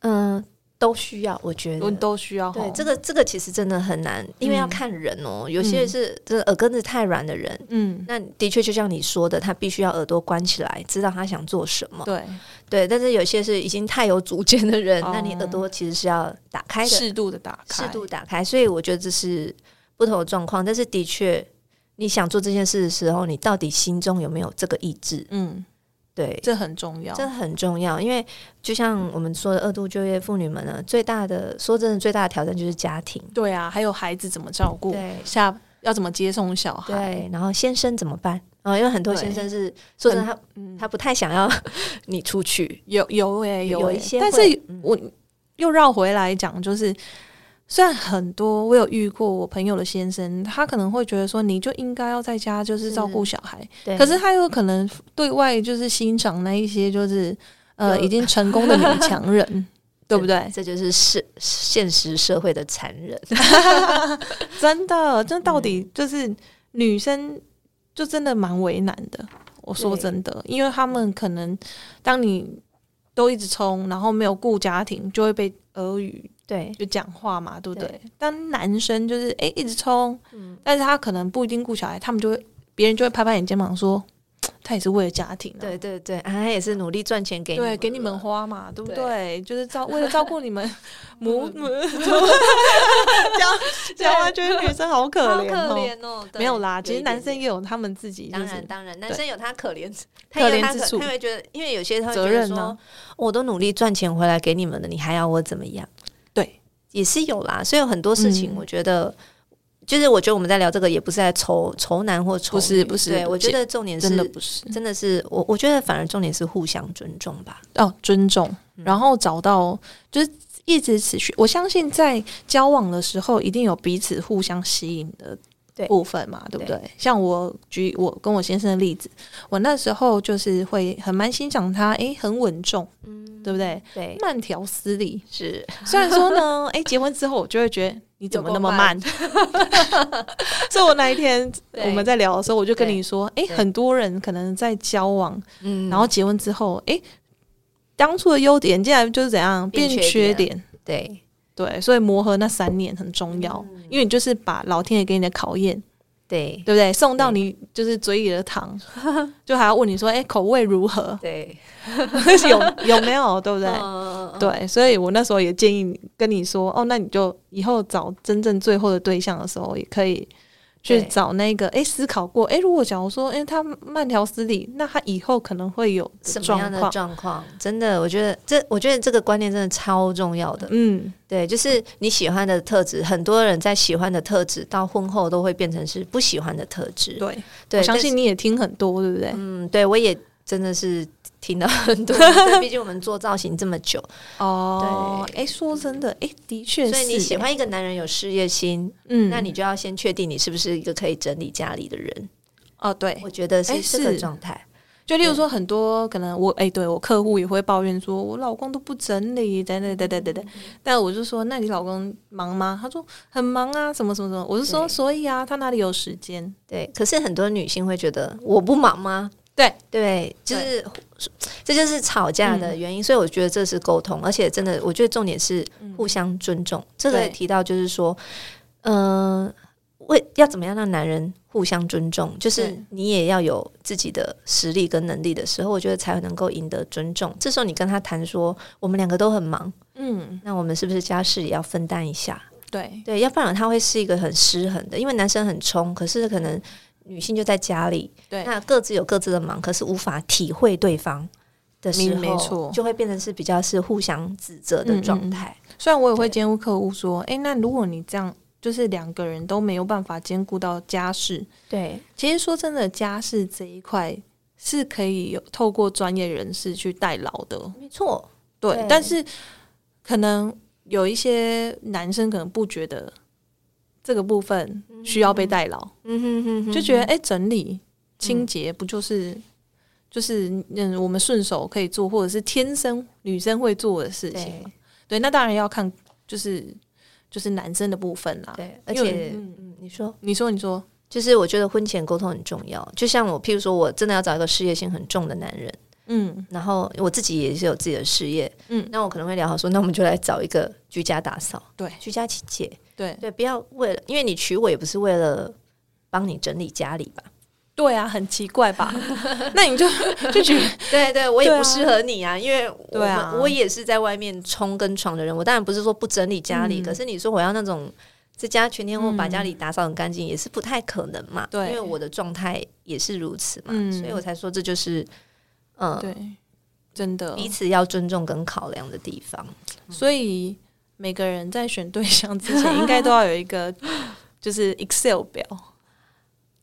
Speaker 2: 嗯，都需要，我觉
Speaker 1: 我
Speaker 2: 得。
Speaker 1: 都嗯需要吼。
Speaker 2: 对，这个这个其实真的很难，因为要看人哦。有些是这个耳根子太软的人，
Speaker 1: 嗯，
Speaker 2: 那的确就像你说的，他必须要耳朵关起来，知道他想做什么。
Speaker 1: 对，
Speaker 2: 对，但是有些是已经太有主见的人，
Speaker 1: 哦
Speaker 2: 那你耳朵其实是要打开的，
Speaker 1: 适度的打开，
Speaker 2: 适度打开。所以我觉得这是不同的状况，但是的确，你想做这件事的时候，你到底心中有没有这个意志？
Speaker 1: 嗯，
Speaker 2: 对，
Speaker 1: 这很重要。
Speaker 2: 这很重要，因为就像我们说的，二度就业妇女们呢，最大的说真的，最大的挑战就是家庭，
Speaker 1: 对啊，还有孩子怎么照顾，
Speaker 2: 对
Speaker 1: 下要怎么接送小孩，
Speaker 2: 对，然后先生怎么办？啊、因为很多
Speaker 1: 对
Speaker 2: 先生是说真的，他
Speaker 1: 嗯，
Speaker 2: 他不太想要你出去，
Speaker 1: 有有诶、有
Speaker 2: 有
Speaker 1: 欸
Speaker 2: 一些
Speaker 1: 但是
Speaker 2: 会嗯
Speaker 1: 我又绕回来讲，就是虽然很多我有遇过我朋友的先生，他可能会觉得说你就应该要在家就是照顾小孩，
Speaker 2: 对，
Speaker 1: 可是他有可能对外就是欣赏那一些就是呃
Speaker 2: 有
Speaker 1: 已经成功的女强
Speaker 2: [laughs]
Speaker 1: 人，对不对？
Speaker 2: 这就是是现实社会的残忍。
Speaker 1: 真的，这到
Speaker 2: 嗯
Speaker 1: 底就是女生就真的蛮为难的。我说
Speaker 2: 对
Speaker 1: 真的，因为他们可能当你都一直冲，然后没有顾家庭，就会被俄语
Speaker 2: 对，
Speaker 1: 就讲话嘛，对不对
Speaker 2: 对？
Speaker 1: 当男生就是诶一直冲，
Speaker 2: 嗯
Speaker 1: 但是他可能不一定顾小孩，他们就会别人就会拍拍你肩膀说，嘖他也是为了家庭、啊，
Speaker 2: 对对对，啊，他也是努力赚钱给你
Speaker 1: 对，
Speaker 2: 们
Speaker 1: 给你们
Speaker 2: 了
Speaker 1: 花嘛，对不
Speaker 2: 对嗯
Speaker 1: 对？就是照为了照顾
Speaker 2: [laughs]
Speaker 1: 你们母母， [laughs] 这样话觉得女生好可
Speaker 2: 好
Speaker 1: 怜
Speaker 2: 可
Speaker 1: 哦。
Speaker 2: 怜哦，对
Speaker 1: 没有啦，
Speaker 2: 一
Speaker 1: 其实
Speaker 2: 点
Speaker 1: 男生
Speaker 2: 点
Speaker 1: 也有他们自己，就
Speaker 2: 当
Speaker 1: 是
Speaker 2: 然当然，男
Speaker 1: 对
Speaker 2: 生有他可怜，他
Speaker 1: 可
Speaker 2: 有
Speaker 1: 怜
Speaker 2: 他
Speaker 1: 之
Speaker 2: 可
Speaker 1: 处
Speaker 2: 他会觉得，因为有些他会
Speaker 1: 责
Speaker 2: 觉得
Speaker 1: 任啊
Speaker 2: 说，
Speaker 1: 呢
Speaker 2: 我都努力赚钱回来给你们了，你还要我怎么样？
Speaker 1: 对，
Speaker 2: 也是有啦，所以有很多事情，
Speaker 1: 嗯
Speaker 2: 我觉得。就是我觉得我们在聊这个，也不是在仇仇男或仇
Speaker 1: 不是
Speaker 2: 女
Speaker 1: 不是
Speaker 2: 对
Speaker 1: 不
Speaker 2: 我觉
Speaker 1: 见
Speaker 2: 得重点是
Speaker 1: 真的不是
Speaker 2: 真的是我我觉得反而重点是互相尊重吧。
Speaker 1: 哦，尊重，
Speaker 2: 嗯
Speaker 1: 然后找到就是一直持续。我相信在交往的时候，一定有彼此互相吸引的
Speaker 2: 对
Speaker 1: 部分嘛，对不对？像我举我跟我先生的例子，我那时候就是会很蛮欣赏他，诶，很稳重，
Speaker 2: 嗯，
Speaker 1: 对不对？
Speaker 2: 对，
Speaker 1: 慢条斯理。
Speaker 2: 是
Speaker 1: 虽然说呢，
Speaker 2: [laughs]
Speaker 1: 诶，结婚之后我就会觉得你怎么那么
Speaker 2: 有够
Speaker 1: 慢
Speaker 2: 慢？
Speaker 1: [laughs] 所以我那一天
Speaker 2: 对
Speaker 1: 我们在聊的时候，我就跟
Speaker 2: 对
Speaker 1: 你说，诶，
Speaker 2: 对
Speaker 1: 很多人可能在交往
Speaker 2: 嗯
Speaker 1: 然后结婚之后，诶，当初的优点竟然就是怎样变
Speaker 2: 变
Speaker 1: 缺
Speaker 2: 缺点
Speaker 1: 点，
Speaker 2: 对
Speaker 1: 对，所以磨合那三年很重要，
Speaker 2: 嗯
Speaker 1: 因为你就是把老天爷给你的考验，
Speaker 2: 对？
Speaker 1: 对不对？送到你就是嘴里的糖，就还要问你说，诶，口味如何 [laughs]
Speaker 2: 对
Speaker 1: 有有没有？对不对？
Speaker 2: 嗯
Speaker 1: 对，所以我那时候也建议你跟你说，哦，那你就以后找真正最后的对象的时候，也可以去
Speaker 2: 对
Speaker 1: 找那个，诶，思考过，诶，如果假如说，诶，他慢条斯理，那他以后可能会有
Speaker 2: 什么
Speaker 1: 状
Speaker 2: 样的
Speaker 1: 况，
Speaker 2: 状况？真的，我觉得这我觉得这个观念真的超重要的。
Speaker 1: 嗯，
Speaker 2: 对，就是你喜欢的特质，很多人在喜欢的特质到婚后都会变成是不喜欢的特质。
Speaker 1: 对。
Speaker 2: 对，
Speaker 1: 我相
Speaker 2: 但是
Speaker 1: 信你也听很多，对不对？
Speaker 2: 嗯，对我也真的是听到很
Speaker 1: [laughs]
Speaker 2: 多，对毕竟我们做造型这么久，
Speaker 1: 哦，哎，说真的，哎，的确是，
Speaker 2: 所以你喜，欢一个男人有事业心，
Speaker 1: 嗯，
Speaker 2: 那你就要先确定你是不是一个可以整理家里的人。
Speaker 1: 哦，对
Speaker 2: 我，觉得
Speaker 1: 哎
Speaker 2: 是这个
Speaker 1: 是
Speaker 2: 状态。
Speaker 1: 就例如说很多可能我，哎，对我客户也会抱怨说，我老公都不整理，等等等等等等，但我就说，那你老公忙吗？他说很忙啊，什么什么什么，我是说，
Speaker 2: 对
Speaker 1: 所以啊，他哪里有时间？
Speaker 2: 对，可是很多女性会觉得我不忙吗？
Speaker 1: 对
Speaker 2: 对，就是这就是吵架的
Speaker 1: 嗯
Speaker 2: 原因，所以我觉得这是沟通，而且真的，我觉得重点是互相尊重。这个
Speaker 1: 嗯对
Speaker 2: 提到就是说，嗯、为要怎么样让男人互相尊重，就是
Speaker 1: 对
Speaker 2: 你也要有自己的实力跟能力的时候，我觉得才能够赢得尊重。这时候你跟他谈说，我们两个都很忙，
Speaker 1: 嗯，
Speaker 2: 那我们是不是家事也要分担一下？
Speaker 1: 对，
Speaker 2: 对，要不然他会是一个很失衡的，因为男生很冲，可是可能女性就在家里，
Speaker 1: 对
Speaker 2: 那各自有各自的忙，可是无法体会对方。的时
Speaker 1: 没没
Speaker 2: 候
Speaker 1: 错，嗯
Speaker 2: 就会变成是比较是互相指责的状态。
Speaker 1: 虽然我也会
Speaker 2: 对
Speaker 1: 监护客户说，诶，那如果你这样，就是两个人都没有办法兼顾到家事，
Speaker 2: 对，
Speaker 1: 其实说真的，家事这一块是可以有透过专业人士去代劳的，
Speaker 2: 没错，
Speaker 1: 对。
Speaker 2: 对
Speaker 1: 但是可能有一些男生可能不觉得这个部分需要被代劳，
Speaker 2: 嗯哼哼哼
Speaker 1: 就觉得诶，整理清洁不就是、就是嗯我们顺手可以做，或者是天生女生会做的事情
Speaker 2: 对
Speaker 1: 嘛对，那当然要看就是就是男生的部分啦。
Speaker 2: 对，而
Speaker 1: 因为
Speaker 2: 且
Speaker 1: 嗯
Speaker 2: 嗯，你说。
Speaker 1: 你说，你说，
Speaker 2: 就是我觉得婚前沟通很重要，就像我，譬如说我真的要找一个事业心很重的男人，
Speaker 1: 嗯
Speaker 2: 然后我自己也是有自己的事业，
Speaker 1: 嗯，
Speaker 2: 那我可能会聊好说，那我们就来找一个居家打扫，
Speaker 1: 对
Speaker 2: 居家清洁，
Speaker 1: 对
Speaker 2: 对，不要为了，因为你娶我也不是为了帮你整理家里吧？
Speaker 1: 对啊，很奇怪吧？ [laughs] 那你就就觉得
Speaker 2: 对对，我也
Speaker 1: 对啊
Speaker 2: 不适合你啊，因为我
Speaker 1: 对啊
Speaker 2: 我也是在外面冲跟闯的人，我当然不是说不整理家里，
Speaker 1: 嗯
Speaker 2: 可是你说我要那种。在家全天候把
Speaker 1: 嗯
Speaker 2: 家里打扫很干净、也是不太可能嘛，
Speaker 1: 对
Speaker 2: 因为我的状态也是如此嘛，
Speaker 1: 嗯
Speaker 2: [laughs] 所以我才说这就是，嗯、
Speaker 1: 对，真的，
Speaker 2: 彼此要尊重跟考量的地方。
Speaker 1: 所以每个人在选对象之前，应该都要有一个 [laughs] 就是 Excel 表，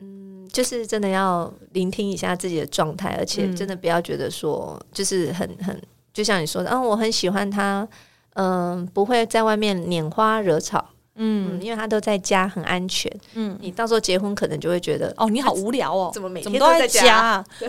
Speaker 2: 嗯就是真的要聆听一下自己的状态，而且
Speaker 1: 嗯
Speaker 2: 真的不要觉得说，就是很很，就像你说的，啊，我很喜欢他，嗯、不会在外面拈花惹草，嗯，
Speaker 1: 嗯
Speaker 2: 因为他都在家，很安全。
Speaker 1: 嗯，
Speaker 2: 你到时候结婚可能就会觉得，
Speaker 1: 哦，你好无聊哦，
Speaker 2: 怎么每
Speaker 1: 怎
Speaker 2: 天
Speaker 1: 么
Speaker 2: 都
Speaker 1: 都在
Speaker 2: 家？
Speaker 1: 啊？对， [laughs]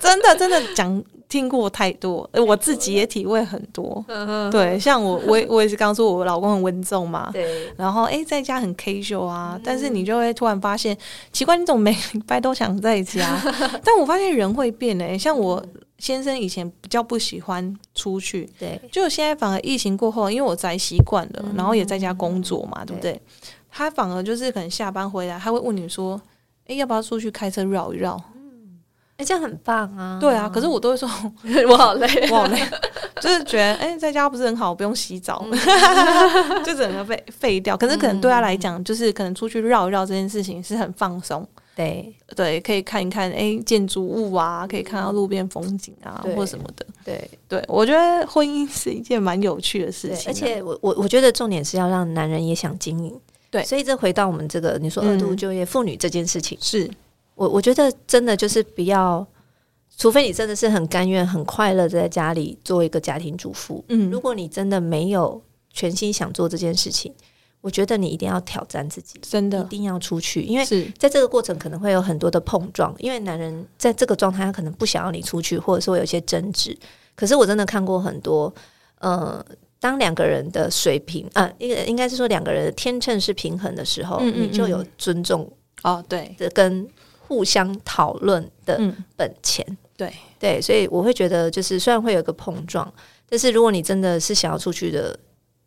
Speaker 1: 真的真的讲听过太多，呃我自己也体会很多。对，像我我也我也是刚说，我老公很温重嘛。
Speaker 2: 对，
Speaker 1: 然后诶，在家很 casual 啊，但是你就会突然发现，奇怪，你怎么每 [laughs] 个礼拜都想在家？但我发现人会变诶、像我先生以前比较不喜欢出去，
Speaker 2: 对，
Speaker 1: 就现在反而疫情过后，因为我宅习惯了，然后也在家工作嘛，对不对？他反而就是可能下班回来，他会问你说：“诶，要不要出去开车绕一绕
Speaker 2: 哎、这样很棒啊！？” [laughs]
Speaker 1: 对啊，可是我都会说
Speaker 2: 我好累，
Speaker 1: [laughs] 我好累，就是觉得诶，在家不是很好，不用洗澡， [laughs] 就整个被废掉。可是可能对他来讲，就是可能出去绕一绕这件事情是很放松，
Speaker 2: 对
Speaker 1: 对，可以看一看诶，建筑物啊，可以看到路边风景啊，
Speaker 2: 对
Speaker 1: 或什么的。
Speaker 2: 对
Speaker 1: 对我觉得婚姻是一件蛮有趣的事
Speaker 2: 对，
Speaker 1: 情啊，
Speaker 2: 而且我我我觉得重点是要让男人也想经营。
Speaker 1: 对
Speaker 2: 所以这回到我们这个你说
Speaker 1: 嗯
Speaker 2: 二度就业妇女这件事情，
Speaker 1: 是
Speaker 2: 我我觉得真的就是不要，除非你真的是很甘愿、很快乐地在家里做一个家庭主妇。
Speaker 1: 嗯
Speaker 2: 如果你真的没有全心想做这件事情，我觉得你一定要挑战自己，
Speaker 1: 真
Speaker 2: 一
Speaker 1: 的。
Speaker 2: 定要出去，因为
Speaker 1: 是
Speaker 2: 在这个过程可能会有很多的碰撞，因为男人在这个状态，他可能不想要你出去，或者是会有一些争执。可是我真的看过很多，呃，当两个人的水平，呃，应该应该是说两个人的天秤是平衡的时候，
Speaker 1: 嗯嗯
Speaker 2: 你就有
Speaker 1: 嗯
Speaker 2: 尊重
Speaker 1: 哦，对，
Speaker 2: 的跟互相讨论的
Speaker 1: 嗯，
Speaker 2: 本钱。
Speaker 1: 对
Speaker 2: 对，所以我会觉得，就是虽然会有一个碰撞，但是如果你真的是想要出去的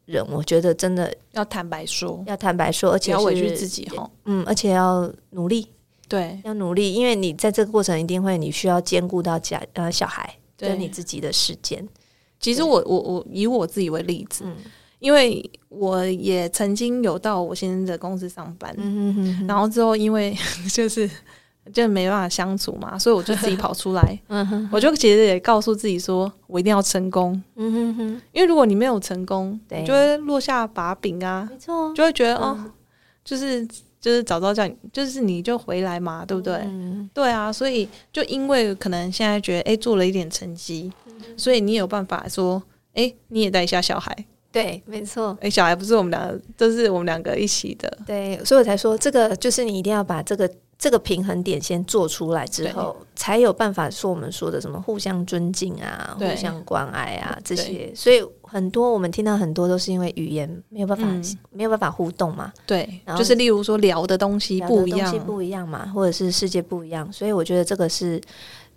Speaker 2: 人，我觉得真的
Speaker 1: 要坦白说，
Speaker 2: 要坦白说，而
Speaker 1: 不
Speaker 2: 且
Speaker 1: 要委屈
Speaker 2: 是
Speaker 1: 自己哈。
Speaker 2: 嗯，而且要努力，
Speaker 1: 对
Speaker 2: 要努力，因为你在这个过程一定会，你需要兼顾到家呃小孩
Speaker 1: 对
Speaker 2: 跟你自己的时间。
Speaker 1: 其实我我我以我自己为例子，
Speaker 2: 嗯
Speaker 1: 因为我也曾经有到我先生的公司上班，
Speaker 2: 嗯嗯
Speaker 1: 然后之后因为 [laughs] 就是就没办法相处嘛，所以我就自己跑出
Speaker 2: [laughs]
Speaker 1: 来，
Speaker 2: 嗯哼
Speaker 1: 我就其实也告诉自己说，我一定要成功，
Speaker 2: 嗯哼哼，
Speaker 1: 因为如果你没有成功，
Speaker 2: 对嗯
Speaker 1: 你就会落下把柄啊，
Speaker 2: 没错，
Speaker 1: 就会觉得、哦，就是就是早知道叫你，就是你就回来嘛，对不对？
Speaker 2: 嗯
Speaker 1: 对啊，所以就因为可能现在觉得哎、诶做了一点成绩，
Speaker 2: 嗯
Speaker 1: 所以你有办法说哎、诶你也带一下小孩，
Speaker 2: 对，没错。
Speaker 1: 哎、小孩不是我们两个，都是我们两个一起的，
Speaker 2: 对，所以我才说，这个就是你一定要把这个这个平衡点先做出来之后，才有办法说我们说的什么互相尊敬啊、
Speaker 1: 对
Speaker 2: 互相关爱啊这
Speaker 1: 对
Speaker 2: 些。所以很多我们听到很多都是因为语言没有办法、
Speaker 1: 嗯
Speaker 2: 没有办法互动嘛，
Speaker 1: 对
Speaker 2: 然，后
Speaker 1: 就是例如说聊的东西
Speaker 2: 聊的
Speaker 1: 不一
Speaker 2: 东西
Speaker 1: 样，
Speaker 2: 不一样嘛，或者是世界不一样。所以我觉得这个是。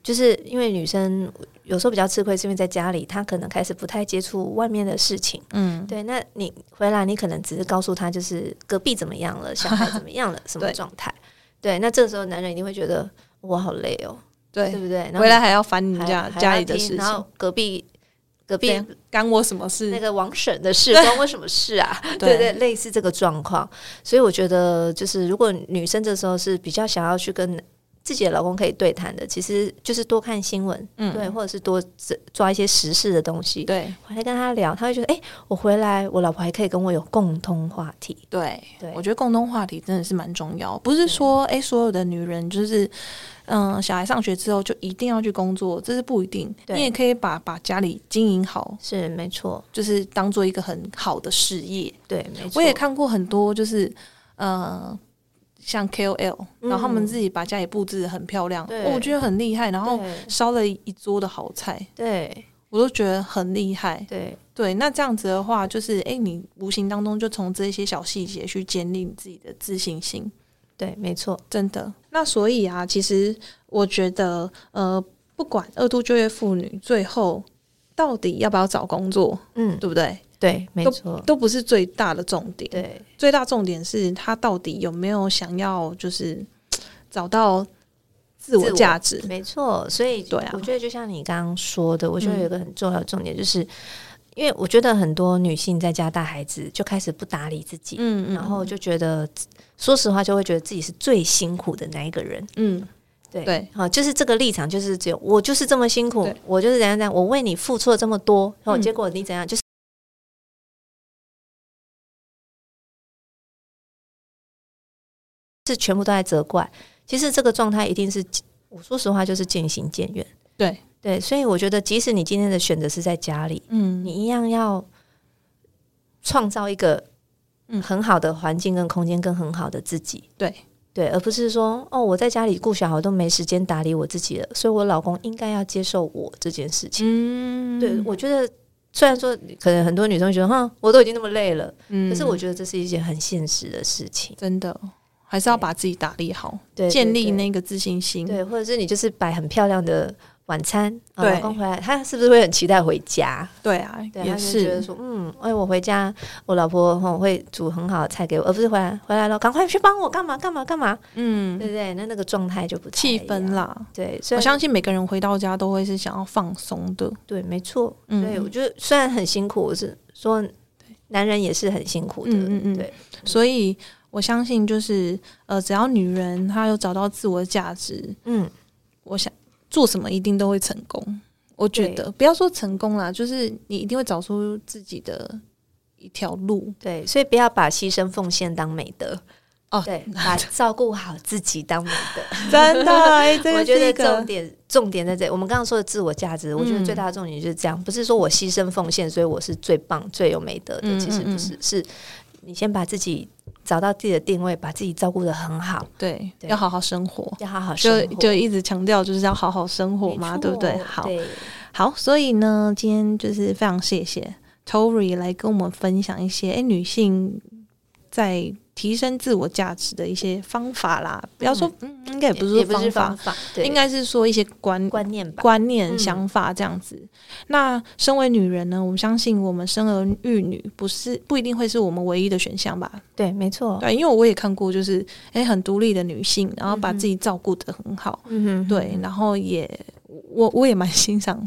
Speaker 2: 就是因为女生有时候比较吃亏，是因为在家里她可能开始不太接触外面的事情，
Speaker 1: 嗯，
Speaker 2: 对，那你回来，你可能只是告诉他，就是隔壁怎么样了，小孩怎么样了，什么
Speaker 1: 对
Speaker 2: 状态？对，那这个时候男人一定会觉得我好累哦，对
Speaker 1: 对，
Speaker 2: 不对？然后
Speaker 1: 回来还要烦你
Speaker 2: 还
Speaker 1: 家
Speaker 2: 还要
Speaker 1: 家里的
Speaker 2: 听
Speaker 1: 事
Speaker 2: 然后
Speaker 1: 情，
Speaker 2: 隔壁隔
Speaker 1: 这
Speaker 2: 壁
Speaker 1: 样干我什么
Speaker 2: 那
Speaker 1: 事？
Speaker 2: 个王婶的
Speaker 1: [laughs]
Speaker 2: 事关我什么事啊？ [laughs] 对对，类似这个状况。所以我觉得，就是如果女生这时候是比较想要去跟自己的老公可以对谈的，其实就是多看新闻，
Speaker 1: 嗯
Speaker 2: 对，或者是多抓抓一些时事的东西，
Speaker 1: 对
Speaker 2: 回来跟他聊，他会觉得，哎、我回来，我老婆还可以跟我有共通话题。
Speaker 1: 对，
Speaker 2: 对
Speaker 1: 我觉得共同话题真的是蛮重要，不是说诶所有的女人就是，嗯，小孩上学之后就一定要去工作，这是不一定。
Speaker 2: 对
Speaker 1: 你也可以把把家里经营好，
Speaker 2: 是没错，
Speaker 1: 就是当做一个很好的事业。
Speaker 2: 对，没错。
Speaker 1: 我也看过很多，就是呃，像 KOL，
Speaker 2: 嗯
Speaker 1: 然后他们自己把家里布置的很漂亮，
Speaker 2: 对
Speaker 1: 哦我觉得很厉害，然后
Speaker 2: 对
Speaker 1: 烧了一桌的好菜，
Speaker 2: 对
Speaker 1: 我都觉得很厉害。
Speaker 2: 对
Speaker 1: 对，那这样子的话，就是诶，你无形当中就从这些小细节去建立你自己的自信心，
Speaker 2: 对，没错，
Speaker 1: 真的。那所以啊，其实我觉得，呃，不管二度就业妇女最后到底要不要找工作，
Speaker 2: 嗯，
Speaker 1: 对不对？
Speaker 2: 对，没错，
Speaker 1: 都不是最大的重点，
Speaker 2: 对
Speaker 1: 最大重点是她到底有没有想要就是找到自我
Speaker 2: 自我
Speaker 1: 价值。
Speaker 2: 没错，所以
Speaker 1: 对啊
Speaker 2: 我觉得就像你刚刚说的，我觉得有一个很重要的重点，就是、因为我觉得很多女性在家带孩子就开始不打理自己，
Speaker 1: 嗯嗯
Speaker 2: 然后就觉得，说实话，就会觉得自己是最辛苦的那一个人。
Speaker 1: 嗯，
Speaker 2: 对
Speaker 1: 对
Speaker 2: 好，就是这个立场，就是只有我就是这么辛苦
Speaker 1: 对，
Speaker 2: 我就是怎样怎样，我为你付出了这么多，然后
Speaker 1: 嗯
Speaker 2: 结果你怎样，就是是全部都在责怪。其实这个状态一定是，我说实话就是渐行渐远。
Speaker 1: 对
Speaker 2: 对，所以我觉得，即使你今天的选择是在家里，
Speaker 1: 嗯，
Speaker 2: 你一样要创造一个
Speaker 1: 嗯
Speaker 2: 很好的环境跟空间，跟很好的自己。
Speaker 1: 对
Speaker 2: 对，而不是说哦，我在家里顾小孩都没时间打理我自己了，所以我老公应该要接受我这件事情。
Speaker 1: 嗯，
Speaker 2: 对，我觉得虽然说可能很多女生会觉得哈，我都已经那么累了，
Speaker 1: 嗯
Speaker 2: 可是我觉得这是一件很现实的事情。
Speaker 1: 真的还是要把自己打理好，
Speaker 2: 对，对
Speaker 1: 建立
Speaker 2: 对
Speaker 1: 那个自信心。
Speaker 2: 对，或者是你就是摆很漂亮的晚餐，啊
Speaker 1: 对
Speaker 2: 老公回来，他是不是会很期待回家？
Speaker 1: 对啊，
Speaker 2: 对，
Speaker 1: 也
Speaker 2: 他就觉得
Speaker 1: 是
Speaker 2: 说，嗯，哎，我回家，我老婆吼会煮很好的菜给我，而不是回来回来了，赶快去帮我干嘛干嘛干嘛，对
Speaker 1: 嗯，
Speaker 2: 不对？那那个状态就不太
Speaker 1: 气
Speaker 2: 一
Speaker 1: 氛
Speaker 2: 样，
Speaker 1: 啦。
Speaker 2: 对，虽
Speaker 1: 我
Speaker 2: 然
Speaker 1: 相信每个人回到家都会是想要放松的，
Speaker 2: 对，没错，
Speaker 1: 嗯
Speaker 2: 所以我觉得虽然很辛苦，我是说男人也是很辛苦的，
Speaker 1: 嗯嗯嗯
Speaker 2: 对，
Speaker 1: 所以我相信就是呃，只要女人她有找到自我价值，
Speaker 2: 嗯，
Speaker 1: 我想做什么一定都会成功。我觉
Speaker 2: 对
Speaker 1: 得不要说成功啦，就是你一定会找出自己的一条
Speaker 2: [laughs]
Speaker 1: 路。
Speaker 2: 对，所以不要把牺牲奉献当美德，
Speaker 1: 哦
Speaker 2: 对，把照顾好自己当美德，
Speaker 1: 真的，
Speaker 2: [laughs]
Speaker 1: 哎、 [laughs] 这
Speaker 2: 我
Speaker 1: 个
Speaker 2: 觉
Speaker 1: 是一
Speaker 2: 得
Speaker 1: 个嗯
Speaker 2: 重点重点在这里。我们刚刚说的自我价值，我觉得最大的重点就是这样，不是说我牺牲奉献，所以我是最棒、最有美德的。
Speaker 1: 嗯
Speaker 2: 其实不是，是你先把自己找到自己的定位，把自己照顾的很好，
Speaker 1: 对，
Speaker 2: 对
Speaker 1: 要好好生活。
Speaker 2: 要好好
Speaker 1: 就
Speaker 2: 生活，
Speaker 1: 就一直强调就是要好好生活
Speaker 2: 没
Speaker 1: 嘛，
Speaker 2: 错
Speaker 1: 对不对？好
Speaker 2: 对
Speaker 1: 好，所以呢，今天就是非常谢谢 Tori 来跟我们分享一些诶女性在提升自我价值的一些方法啦。不要说，嗯，应该也不是
Speaker 2: 也
Speaker 1: 说
Speaker 2: 不
Speaker 1: 方
Speaker 2: 是
Speaker 1: 法，
Speaker 2: 方法，对，
Speaker 1: 应该是说一些观
Speaker 2: 观念吧。
Speaker 1: 观念、
Speaker 2: 嗯
Speaker 1: 想法这样子。那身为女人呢，我们相信我们生儿育女不是不一定会是我们唯一的选项吧？
Speaker 2: 对，没错。
Speaker 1: 对，因为我也看过，就是诶很独立的女性，然后把
Speaker 2: 嗯哼
Speaker 1: 自己照顾得很好。
Speaker 2: 嗯哼，
Speaker 1: 对，然后也我我也蛮欣赏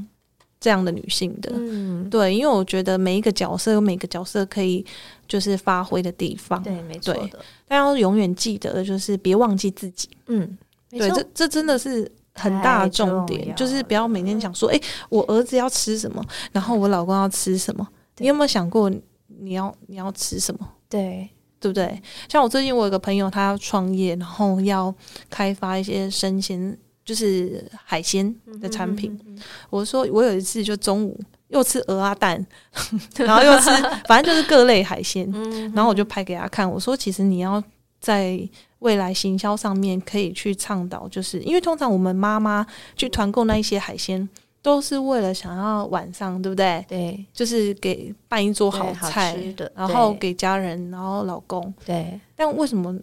Speaker 1: 这样的女性的，
Speaker 2: 嗯，
Speaker 1: 对，因为我觉得每一个角色有每个角色可以就是发挥的地方，
Speaker 2: 对，没错
Speaker 1: 对
Speaker 2: 的。
Speaker 1: 但要永远记得就是别忘记自己，
Speaker 2: 嗯，没
Speaker 1: 对，
Speaker 2: 错
Speaker 1: 这这真的是。很大的
Speaker 2: 太
Speaker 1: 重
Speaker 2: 重
Speaker 1: 点
Speaker 2: 要嗯
Speaker 1: 就是不要每天想说，哎、我儿子要吃什么，然后我老公要吃什么。你
Speaker 2: 对
Speaker 1: 有没有想过你要你要吃什么，
Speaker 2: 对，
Speaker 1: 对不对？像我最近我有个朋友，他要创业，然后要开发一些生鲜，就是海鲜的产品。
Speaker 2: 嗯，嗯嗯嗯
Speaker 1: 我说我有一次就中午又吃鹅啊蛋， [laughs] 然后又吃， [laughs] 反正就是各类海鲜。
Speaker 2: 嗯
Speaker 1: 然后我就拍给他看，我说其实你要在未来行销上面可以去倡导，就是因为通常我们妈妈去团购那一些海鲜，都是为了想要晚上对不对？
Speaker 2: 对
Speaker 1: 就是给办一桌
Speaker 2: 对
Speaker 1: 好
Speaker 2: 好
Speaker 1: 菜，
Speaker 2: 吃的
Speaker 1: 然后
Speaker 2: 对
Speaker 1: 给家人，然后老公。
Speaker 2: 对，
Speaker 1: 但为什么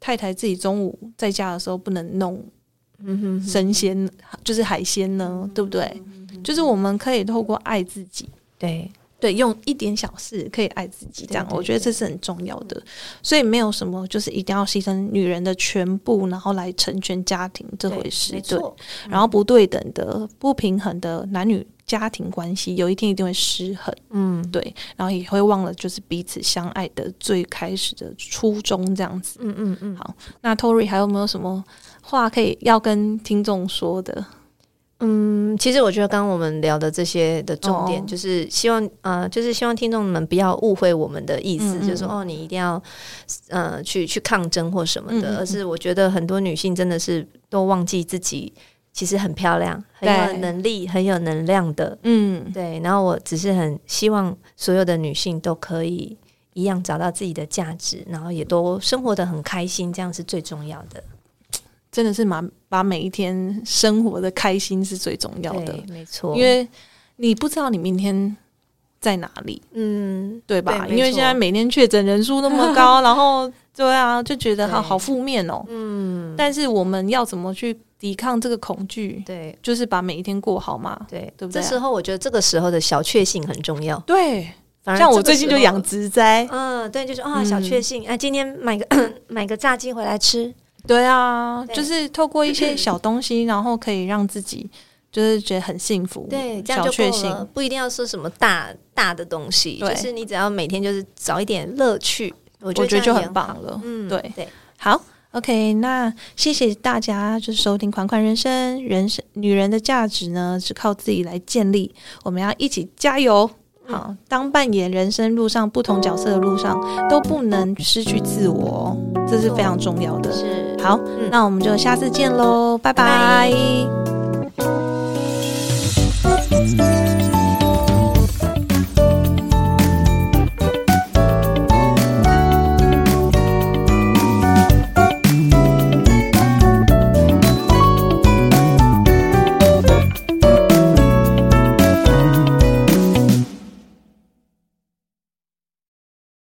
Speaker 1: 太太自己中午在家的时候不能弄
Speaker 2: 嗯哼哼，
Speaker 1: 生
Speaker 2: 嗯
Speaker 1: 鲜，就是海鲜呢？对不对？就是我们可以透过爱自己，
Speaker 2: 对
Speaker 1: 对，用一点小事可以爱自己，这样
Speaker 2: 对对
Speaker 1: 我觉得这是很重要的。所以没有什么就是一定要牺牲女人的全部，然后来成全家庭这回事。
Speaker 2: 没
Speaker 1: 对，
Speaker 2: 错，嗯
Speaker 1: 然后不对等的、不平衡的男女家庭关系，有一天一定会失衡。
Speaker 2: 嗯
Speaker 1: 对，然后也会忘了就是彼此相爱的最开始的初衷这样子。
Speaker 2: 嗯嗯嗯，
Speaker 1: 好那 Tori 还有没有什么话可以要跟听众说的？
Speaker 2: 嗯，其实我觉得刚刚我们聊的这些的重点，
Speaker 1: 哦
Speaker 2: 就是希望呃，就是希望听众们不要误会我们的意思，
Speaker 1: 嗯嗯
Speaker 2: 就是说哦，你一定要呃去去抗争或什么
Speaker 1: 嗯
Speaker 2: 的，
Speaker 1: 嗯嗯
Speaker 2: 而是我觉得很多女性真的是都忘记自己其实很漂亮、很有
Speaker 1: 对
Speaker 2: 能力、很有能量的。
Speaker 1: 嗯，
Speaker 2: 对，然后我只是很希望所有的女性都可以一样找到自己的价值，然后也都生活的很开心，这样是最重要的。
Speaker 1: 真的是把把每一天生活的开心是最重要的
Speaker 2: 对，，没错，
Speaker 1: 因为你不知道你明天在哪里，
Speaker 2: 嗯，
Speaker 1: 对吧？
Speaker 2: 对没
Speaker 1: 因为现在
Speaker 2: 错
Speaker 1: 每天确诊人数那么
Speaker 2: [laughs]
Speaker 1: 高，然后对啊，就觉得好
Speaker 2: 对
Speaker 1: 好负面哦。
Speaker 2: 嗯，
Speaker 1: 但是我们要怎么去抵抗这个恐惧？
Speaker 2: 对。
Speaker 1: 就是把每一天过好嘛。
Speaker 2: 对，
Speaker 1: 对不对
Speaker 2: 这
Speaker 1: 啊
Speaker 2: 时候我觉得这个时候的小确幸很重要。
Speaker 1: 对，
Speaker 2: 反而
Speaker 1: 像我
Speaker 2: 这个
Speaker 1: 最
Speaker 2: 时
Speaker 1: 近
Speaker 2: 候
Speaker 1: 就养，植栽，
Speaker 2: 嗯，对，就是啊，
Speaker 1: 嗯
Speaker 2: 小确幸，哎、今天买个 [clears throat] 买个炸鸡回来吃，
Speaker 1: 对啊，
Speaker 2: 对
Speaker 1: 就是透过一些小东西，然后可以让自己就是觉得很幸福，
Speaker 2: 对，这样
Speaker 1: 小
Speaker 2: 就
Speaker 1: 确
Speaker 2: 够了，
Speaker 1: 幸，
Speaker 2: 不一定要说什么大大的东西，
Speaker 1: 对
Speaker 2: 就是你只要每天就是找一点乐趣，我觉
Speaker 1: 我
Speaker 2: 得
Speaker 1: 觉得
Speaker 2: 这
Speaker 1: 就
Speaker 2: 样也
Speaker 1: 很棒了。
Speaker 2: 嗯，
Speaker 1: 对
Speaker 2: 对，
Speaker 1: 好，OK，那谢谢大家就是收听《款款人生》，人生女人的价值呢是靠自己来建立，我们要一起加油。好，当扮演人生路上不同角色的路上，都不能失去自我哦，这是非常重要的。
Speaker 2: 是。
Speaker 1: 好，
Speaker 2: 嗯
Speaker 1: 那我们就下次见喽，拜拜